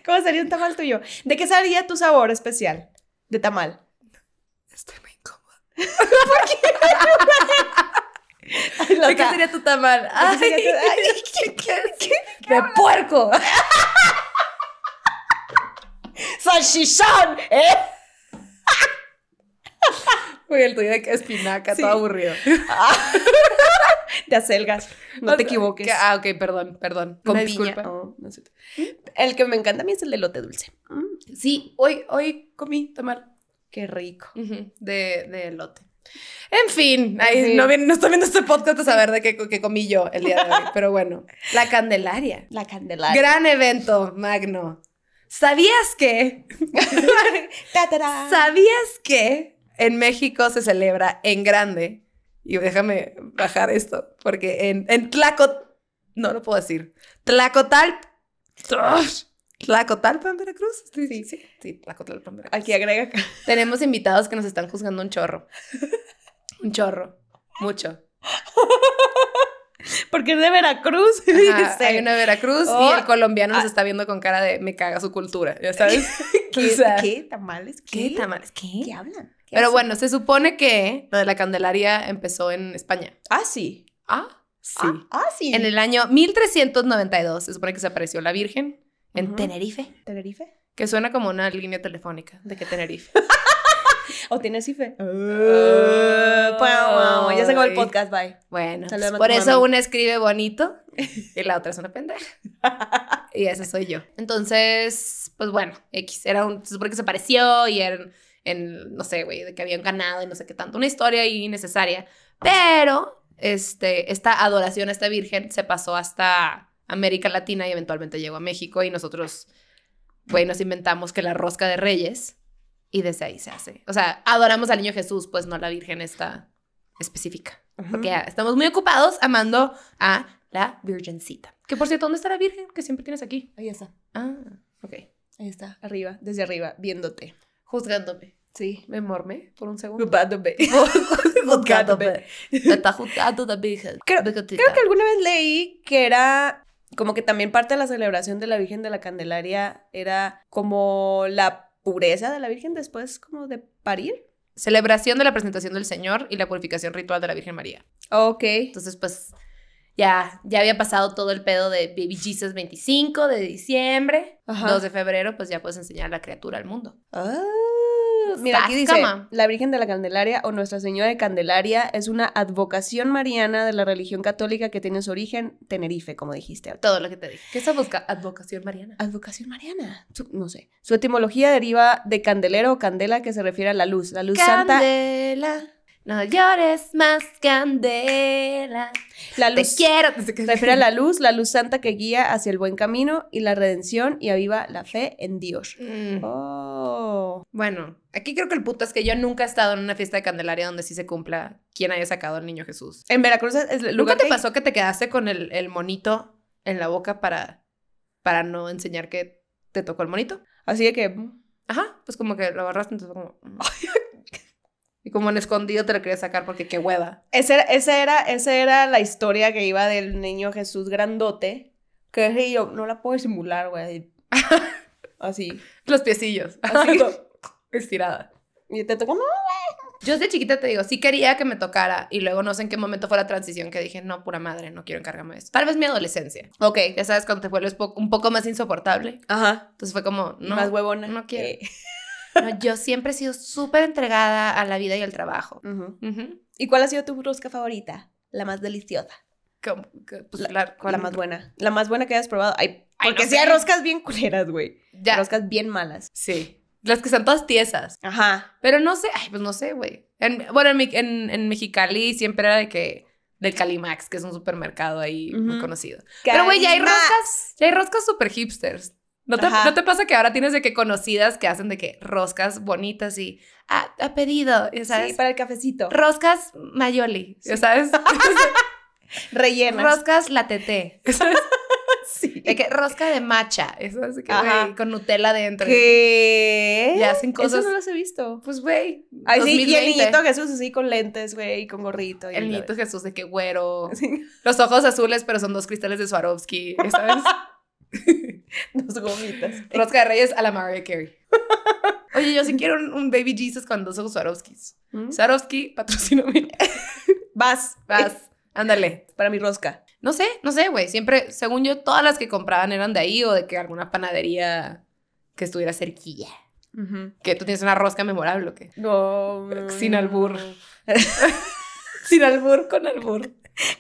A: ¿Cómo sería un tamal tuyo? ¿De qué sería tu sabor especial de tamal?
B: Estoy muy incómoda.
A: La
B: ¿De qué
A: ta-
B: sería tu tamal? Ay,
A: ¿De qué sería tu-
B: ¿qué, qué- de puerco!
A: ¡Salchichón! ¿eh?
B: Güey, el tuyo de que espinaca,
A: Sí.
B: todo aburrido.
A: Te acelgas. No
B: O
A: te
B: sea,
A: equivoques.
B: que- ah, ok, perdón, perdón.
A: Con
B: Una
A: piña.
B: disculpa. ¿Mm?
A: Oh, no sé. El que me encanta a mí es el de lote dulce. Mm,
B: Sí, hoy, hoy comí tamal
A: qué rico.
B: Ujú, de, de elote. En fin, ahí
A: Sí.
B: no, viene- no está viendo este podcast a saber de qué, qué comí yo el día de hoy, pero bueno. La Candelaria.
A: La candelaria.
B: Gran evento, Magno. ¿Sabías que? Ah.
A: Ta-ta-ra.
B: ¿Sabías que en México se celebra en grande? Y déjame bajar esto, porque en, en Tlaco... No lo puedo decir. Tlacotalp... Tlacotalpa en Veracruz. Sí, sí, sí. Tlacotalpa en Veracruz.
A: Aquí agrega acá.
B: Tenemos invitados que nos están juzgando un chorro. Un chorro. Mucho.
A: Porque es de Veracruz.
B: Ajá,
A: dice.
B: Hay uno de Veracruz
A: Oh.
B: y el colombiano nos
A: Ah.
B: está viendo con cara de me caga su cultura, ¿ya sabes?
A: ¿Qué,
B: O sea,
A: qué tamales?
B: ¿Qué tamales? ¿Qué?
A: ¿Qué hablan? ¿Qué
B: Pero
A: hacen?
B: bueno, se supone que lo de la Candelaria empezó en España.
A: Ah, sí.
B: Ah, sí.
A: Ah, ah, sí.
B: En el año 1392 se supone que se apareció la Virgen en
A: Ujú.
B: Tenerife,
A: Tenerife.
B: que suena como una línea telefónica de que Tenerife.
A: ¿O Uh, tienes IFE?
B: Ah.
A: Pau, ya se acabó el podcast, bye.
B: Bueno,
A: Saluda
B: pues
A: a tu
B: por eso
A: mami.
B: una escribe bonito y la otra es una pendeja. Y esa soy yo. Entonces, pues bueno, X. Era un, se supone que se pareció y eran en, no sé, güey, de que habían ganado y no sé qué tanto. Una historia innecesaria. Pero, este, esta adoración a esta virgen se pasó hasta América Latina y eventualmente llegó a México y nosotros, güey, nos inventamos que la rosca de reyes y desde ahí se hace. O sea, adoramos al niño Jesús, pues no a la virgen esta específica. Porque ya estamos muy ocupados amando a la Virgencita. Que por cierto, ¿dónde está la Virgen que siempre tienes aquí?
A: Ahí está.
B: Ah, ok.
A: Ahí está. Arriba, desde arriba, viéndote.
B: Juzgándome.
A: Sí.
B: Me mormé por un segundo.
A: Ocupándome.
B: Juzgándome. Me está juzgando la Virgen.
A: Creo-
B: Virgencita.
A: Creo que alguna vez leí que era como que también parte de la celebración de la Virgen de la Candelaria era como la pureza de la Virgen después como de parir.
B: Celebración de la presentación del Señor y la purificación ritual de la Virgen María.
A: Ok.
B: Entonces, pues, ya, ya había pasado todo el pedo de Baby Jesus 25 de diciembre.
A: Ajá.
B: 2 de febrero, pues ya puedes enseñar a la criatura al mundo.
A: Ah, Mira, aquí dice,
B: Sascama.
A: la Virgen de la Candelaria o Nuestra Señora de Candelaria es una advocación mariana de la religión católica que tiene su origen Tenerife, como dijiste.
B: Todo lo que te dije. ¿Qué es advoca- advocación mariana?
A: Advocación mariana, Su- no sé. Su etimología deriva de candelero o candela que se refiere a la luz, la luz santa
B: Candela, no llores más, Candela.
A: La
B: Te
A: luz
B: quiero.
A: se refiere a la luz, la luz santa que guía hacia el buen camino y la redención y aviva la fe en Dios.
B: Mm.
A: Oh.
B: Bueno, aquí creo que el punto es que yo nunca he estado en una fiesta de Candelaria donde sí se cumpla quién haya sacado al niño Jesús.
A: En Veracruz es es el
B: ¿Nunca
A: lugar
B: te
A: que-
B: pasó que te quedaste con el, el monito en la boca para, para no enseñar que te tocó el monito?
A: Así de que mm,
B: Ajá, pues como que lo agarraste, entonces como... mm. Y como en escondido te lo querías sacar porque qué hueva.
A: esa era, esa era, esa era la historia que iba del niño Jesús grandote, que dije yo, no la puedo simular, güey. Así.
B: Los piecillos.
A: Así.
B: Estirada.
A: Y te tocó, no,
B: Yo desde chiquita te digo, sí quería que me tocara y luego no sé en qué momento fue la transición que dije, no, pura madre, no quiero encargarme de eso. Tal vez mi adolescencia.
A: Ok.
B: Ya sabes, cuando te vuelves po- un poco más insoportable.
A: Ajá.
B: Entonces fue como, no,
A: Más huevona.
B: no quiero.
A: Eh,
B: No, yo siempre he sido súper entregada a la vida y al trabajo.
A: Ujú.
B: Ujú.
A: ¿Y cuál ha sido tu rosca favorita? La más deliciosa.
B: Como que, pues,
A: La-
B: la,
A: La más buena. La más buena que hayas probado. Ay,
B: Ay,
A: porque
B: no
A: sí hay
B: sé.
A: roscas bien culeras, güey.
B: Ya.
A: Roscas bien malas.
B: Sí. Las que están todas tiesas.
A: Ajá.
B: Pero no sé, ay, pues no sé, güey. En- bueno, en, mi- en, en Mexicali siempre era de que del Calimax, que es un supermercado ahí muy
A: Ujú.
B: conocido. Pero, güey, ya hay roscas, ya hay roscas super hipsters. ¿No te,
A: Ajá.
B: ¿No te pasa que ahora tienes de que conocidas que hacen de que roscas bonitas y ah, a pedido, ya
A: Sí,
B: ¿sabes?
A: para el cafecito.
B: Roscas mayoli, ya ¿sabes?
A: Rellenas.
B: roscas la teté, ¿sabes?
A: Sí.
B: De que rosca de macha, eso es de que,
A: Ajá.
B: güey, con Nutella dentro.
A: ¿Qué?
B: Y hacen cosas-
A: Eso no los he visto.
B: Pues, güey,
A: Ay, sí, y el
B: 2020.
A: niñito Jesús así con lentes, güey, y con gorrito. y
B: El
A: la-
B: niñito Jesús de que güero.
A: Sí,
B: Los ojos azules, pero son dos cristales de Swarovski, ya ¿sabes?
A: dos gomitas.
B: Rosca de Reyes a la Mariah Carey. Oye, yo sí quiero un, un Baby Jesus con dos ojos Swarovskis.
A: ¿Mm?
B: Swarovski, patrocíname.
A: Vas, vas.
B: Vas, ándale.
A: Para mi rosca.
B: No sé, no sé, güey. Siempre, según yo, todas las que compraban eran de ahí o de que alguna panadería que estuviera cerquilla. Que tú tienes una rosca memorable, ¿o qué?
A: No.
B: Sin albur. Sin albur, con albur.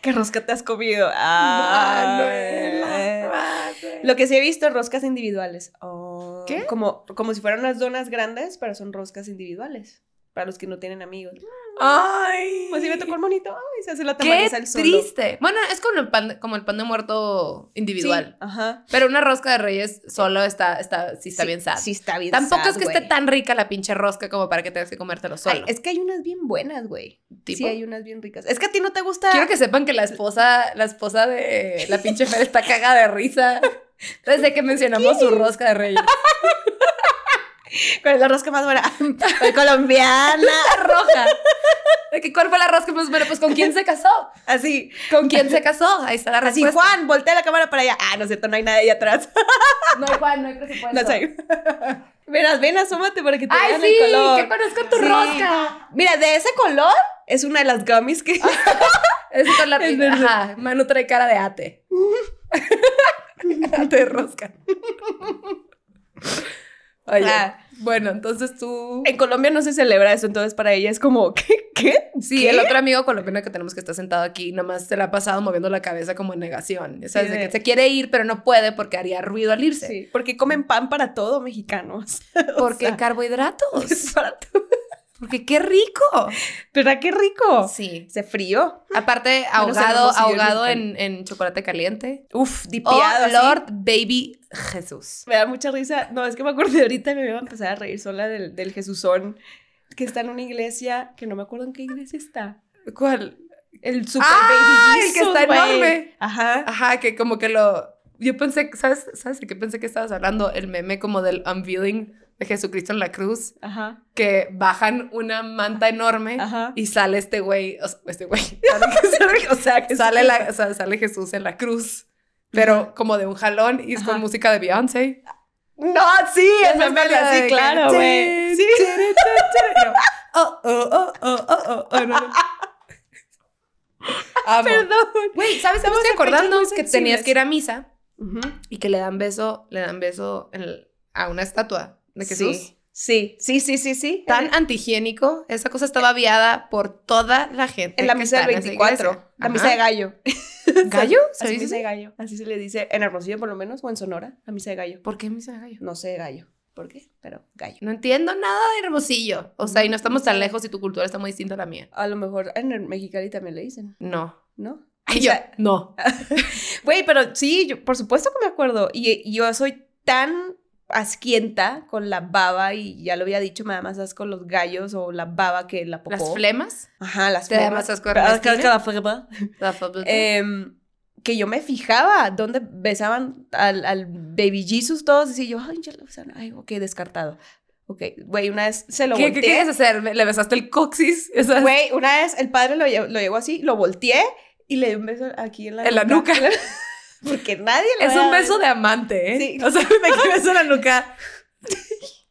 A: ¿Qué rosca te has comido?
B: Ah,
A: Ah,
B: Noela. Ah,
A: Lo que sí he visto, roscas individuales. Oh,
B: ¿Qué?
A: Como, como si fueran unas donas grandes, pero son roscas individuales. Para los que no tienen amigos.
B: Ay.
A: Pues si me tocó el monito, ay, se hace la
B: Qué
A: tamaliza el solo.
B: triste. Bueno, es como el pan, como el pan de muerto
A: Sí,
B: individual.
A: ajá.
B: Pero una rosca de reyes solo está, está, sí está
A: Sí,
B: bien sad.
A: Sí, está bien
B: Tampoco
A: sad,
B: es que
A: güey.
B: esté tan rica la pinche rosca como para que tengas que comértelo
A: Ay,
B: solo.
A: es que hay unas bien buenas, güey.
B: Tipo,
A: Sí, hay unas bien ricas. Es que a ti no te gusta.
B: Quiero que sepan que la esposa, la esposa de la pinche Fer está cagada de risa. Desde que mencionamos su rosca de reyes.
A: ¿Cuál es la rosca más buena? Soy colombiana.
B: Ah, roja. De que, ¿Cuál fue la rosca? Pues bueno, pues con quién se casó.
A: Así.
B: ¿Con quién se casó? Ahí está la
A: Así,
B: respuesta.
A: Juan, voltea la cámara para allá. Ah, no es cierto, no hay nadie atrás.
B: No hay Juan, no hay presupuesto.
A: No sé. Verás, ven, asómate para que te
B: Ay,
A: vean
B: sí,
A: el color.
B: que conozco tu
A: Sí.
B: rosca.
A: Mira, de ese color es una de las gummies que.
B: Ah. Es con la
A: Es verdad.
B: Ajá, Manu trae cara de ate. ate de rosca. Oye,
A: Ah.
B: bueno, entonces tú...
A: En Colombia no se celebra eso, entonces para ella es como, ¿qué? ¿Qué?
B: Sí,
A: ¿Qué?
B: el otro amigo colombiano que tenemos que está sentado aquí, nomás se la ha pasado moviendo la cabeza como en negación. O sea,
A: Sí,
B: de
A: de-
B: que se quiere ir, pero no puede porque haría ruido al irse.
A: Sí, porque comen pan para todo, mexicanos.
B: Porque
A: sea,
B: carbohidratos.
A: Para todo.
B: Porque qué rico.
A: ¿Verdad qué rico?
B: Sí.
A: Se frío.
B: Aparte,
A: Menos
B: ahogado,
A: hermosillo,
B: ahogado
A: Yucatán.
B: en, en chocolate caliente.
A: Uf,
B: Oh,
A: dipiado. así.
B: Lord Baby Jesús.
A: Me da mucha risa. No, es que me acordé ahorita y me iba a empezar a reír sola del, del Jesusón que está en una iglesia que no me acuerdo en qué iglesia está.
B: ¿Cuál?
A: El Super
B: Ah,
A: Baby
B: el que
A: Jesus,
B: está
A: güey.
B: enorme.
A: Ajá.
B: Ajá, que como que lo... Yo pensé, ¿sabes, ¿sabes de qué pensé que estabas hablando? El meme como del unveiling de Jesucristo en la cruz,
A: Ajá.
B: que bajan una manta enorme
A: Ajá.
B: y sale este güey, o sea, este güey,
A: o sea, que
B: sale, la, o sea, sale Jesús en la cruz, pero como de un jalón y es con
A: Ajá.
B: música de Beyoncé.
A: No, sí,
B: Ya
A: el
B: sabes
A: meme
B: cuál es la
A: así,
B: de que-
A: claro, güey. Sí.
B: Oh, oh, oh, oh, oh, oh, oh, no, no. Amo.
A: Perdón.
B: Güey, ¿sabes qué me
A: Estamos
B: estoy
A: en fechas
B: acordando?
A: muy
B: Que tenías
A: sensibles.
B: que ir a misa. Y que le dan beso, le dan beso en el- a una estatua de Jesús.
A: Sí, sí, sí, sí, sí.
B: Tan antihigiénico. Esa cosa estaba viada por toda la gente.
A: en la
B: que
A: misa del
B: está en esa
A: 24.
B: iglesia.
A: La
B: Ajá.
A: misa de gallo.
B: gallo. ¿Se
A: Así
B: dice
A: misa de
B: así?
A: gallo. Así se le dice en Hermosillo, por lo menos, o en Sonora, la misa de gallo.
B: ¿Por qué misa de gallo?
A: No sé gallo. ¿Por qué? Pero gallo.
B: No entiendo nada de Hermosillo. O sea, y no estamos tan lejos y tu cultura está muy distinta a la mía.
A: A lo mejor en el Mexicali también le dicen,
B: No.
A: ¿no?
B: Ay,
A: O
B: yo,
A: sea-
B: no.
A: Güey, pero sí, yo, por supuesto que me acuerdo. Y, y yo soy tan asquienta con la baba y ya lo había dicho, me da más asco los gallos o la baba que la popó.
B: Las flemas.
A: Ajá, las
B: ¿Te da
A: flemas.
B: más asco
A: Cada- cada-
B: Ernestina?
A: cada flema.
B: La fa-
A: Em, que yo me fijaba dónde besaban al, al baby Jesus todos. Y yo, ay, ya lo besaron. Ay, ok, descartado. Ok, güey, una vez se lo
B: ¿Qué, ¿Qué
A: volteé.
B: quieres hacer? ¿Le besaste el coxis? O sea,
A: Güey, una vez el padre lo, lle- lo llevó así, lo volteé y le di un beso aquí en la
B: En la nuca.
A: Porque nadie le
B: es
A: había
B: un
A: dado
B: beso de amante, ¿eh?
A: Sí.
B: O sea, me quedé beso en la nuca.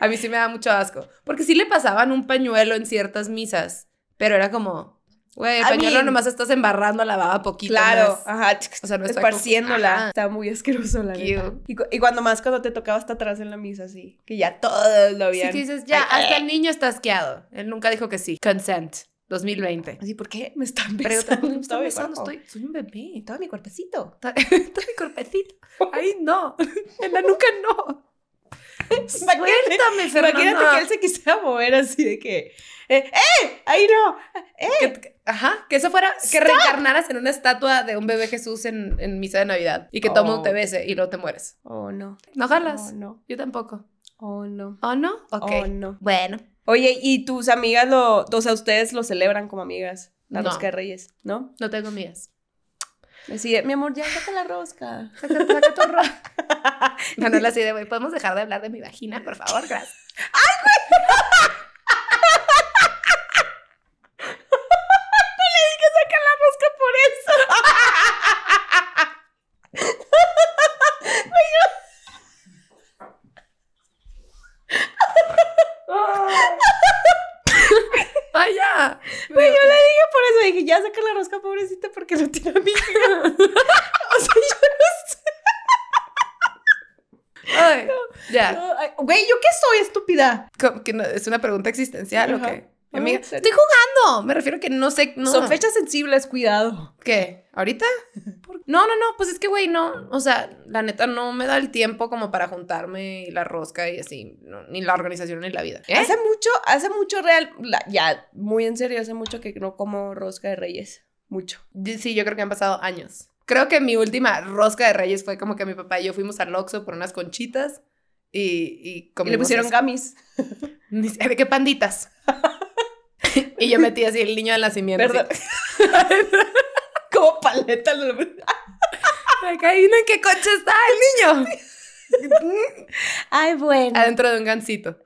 B: A mí sí me da mucho asco. Porque sí le pasaban un pañuelo en ciertas misas, pero era como, Güey, el
A: I
B: pañuelo
A: mean-
B: nomás estás embarrando la baba poquito.
A: Claro,
B: más.
A: ajá,
B: O sea, no está como-
A: esparciéndola.
B: Ajá.
A: Está muy asqueroso la
B: Ew.
A: neta. Y, cu- y cuando más cuando te tocaba hasta atrás en la misa, así, que ya todos lo
B: Si
A: habían.
B: tú dices, ya,
A: Ay,
B: hasta el niño está asqueado. Él nunca dijo que sí. Consent, 2020.
A: Así, ¿por qué me están
B: Pero
A: besando?
B: también me está
A: todo mi
B: besando,
A: cuerpo?
B: estoy, soy un bebé.
A: Todo mi cuerpecito.
B: Está, está mi cuerpecito. Ahí no. En la nuca no. Suéltame,
A: Imagínate que él
B: Fernanda.
A: se quisiera mover así de que, eh, ¡eh! ¡Ahí no!
B: Que, que- ajá, que eso fuera, que
A: Stop.
B: reencarnaras en una estatua de un bebé Jesús en, en misa de Navidad y que todo el mundo
A: Oh.
B: te bese y luego te mueres.
A: Oh, no.
B: No jalas.
A: Oh, no.
B: Yo tampoco.
A: Oh, no.
B: ¿O no? Ok.
A: Oh, no.
B: Bueno.
A: Oye, ¿y tus amigas lo, o sea, ustedes lo celebran como amigas? La
B: No.
A: rosca de Reyes, ¿no?
B: No tengo mías.
A: Así de, mi amor, ya saca la rosca.
B: No, no, así de, güey, ¿podemos dejar de hablar de mi vagina, por favor? Gracias.
A: saca la rosca por eso.
B: ¡Vaya!
A: Güey, Pues yo le dije por eso. Dije, ya saca la rosca, pobrecita, porque lo tira mi hija. o sea, yo no sé.
B: Ay, ya.
A: No, ay, Güey, ¿yo qué soy, estúpida?
B: ¿Cómo que no- ¿Es una pregunta existencial o
A: Ajá.
B: qué? Amiga,
A: Ah, sí.
B: estoy jugando. Me refiero que no sé. No.
A: Son fechas sensibles, cuidado.
B: ¿Qué? ¿Ahorita? ¿Por- No, no, no. Pues es que, güey, no. O sea, la neta no me da el tiempo como para juntarme y la rosca y así. no, ni la organización ni la vida. ¿Eh?
A: Hace mucho, hace mucho real. la- ya, muy en serio, hace mucho que no como rosca de reyes. Mucho.
B: Yo- Sí, yo creo que han pasado años. Creo que mi última rosca de reyes fue como que mi papá y yo fuimos al Oxxo por unas conchitas y, y
A: Y le
B: comimos
A: pusieron
B: eso.
A: gamis.
B: Ni sé ¿De qué panditas? y yo metí así el niño del nacimiento. así.
A: Perdón. Como paleta. lo-
B: Ay, Karina, ¿en qué coche está el niño?
A: Ay, bueno.
B: Adentro de un gancito.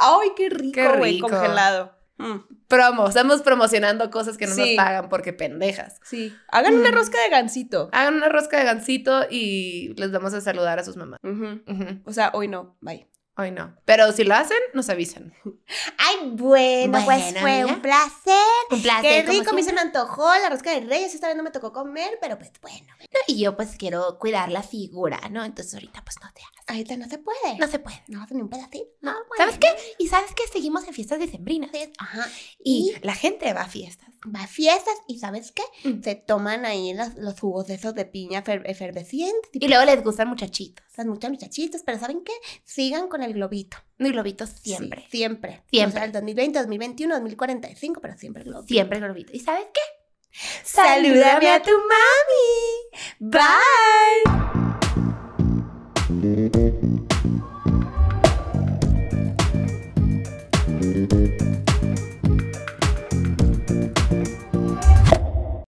A: Ay, qué rico,
B: Qué
A: güey.
B: rico.
A: Congelado. Mm,
B: Promo, estamos promocionando cosas que no
A: Sí.
B: nos pagan porque pendejas.
A: sí. Hagan una
B: Mm.
A: rosca de gansito.
B: Hagan una rosca de gancito y les vamos a saludar a sus mamás.
A: Ujú.
B: Ujú.
A: O sea, hoy no. Bye.
B: Ay, no. Pero si lo hacen, nos avisan.
A: Ay, bueno,
B: Bueno,
A: pues fue
B: amiga.
A: un placer.
B: Un
A: Qué rico, a mí se me antojó la rosca de reyes. Esta vez no me tocó comer, pero pues bueno.
C: Y yo pues quiero cuidar la figura, ¿no? Entonces ahorita pues no te hagas.
A: Ahorita no se puede.
C: No se puede.
A: No, ni un pedacito.
C: No,
A: ¿Sabes
C: ¿Sabes qué? Y sabes que seguimos en fiestas decembrinas.
A: Ajá.
C: Y
B: Y la gente va a fiestas.
C: va a fiestas y ¿sabes qué?
B: Mm.
C: Se toman ahí los, los jugos de esos de piña fer- efervescientes. Y Y luego les gustan muchachitos. las muchas muchachitas, pero ¿saben qué? Sigan con el globito. Y globitos siempre. Siempre. siempre. Siempre. O sea, el 2020, 2021, 2045, pero siempre el globito. Siempre el globito. ¿Y sabes qué?
A: Salúdame a
C: tu mami. Bye.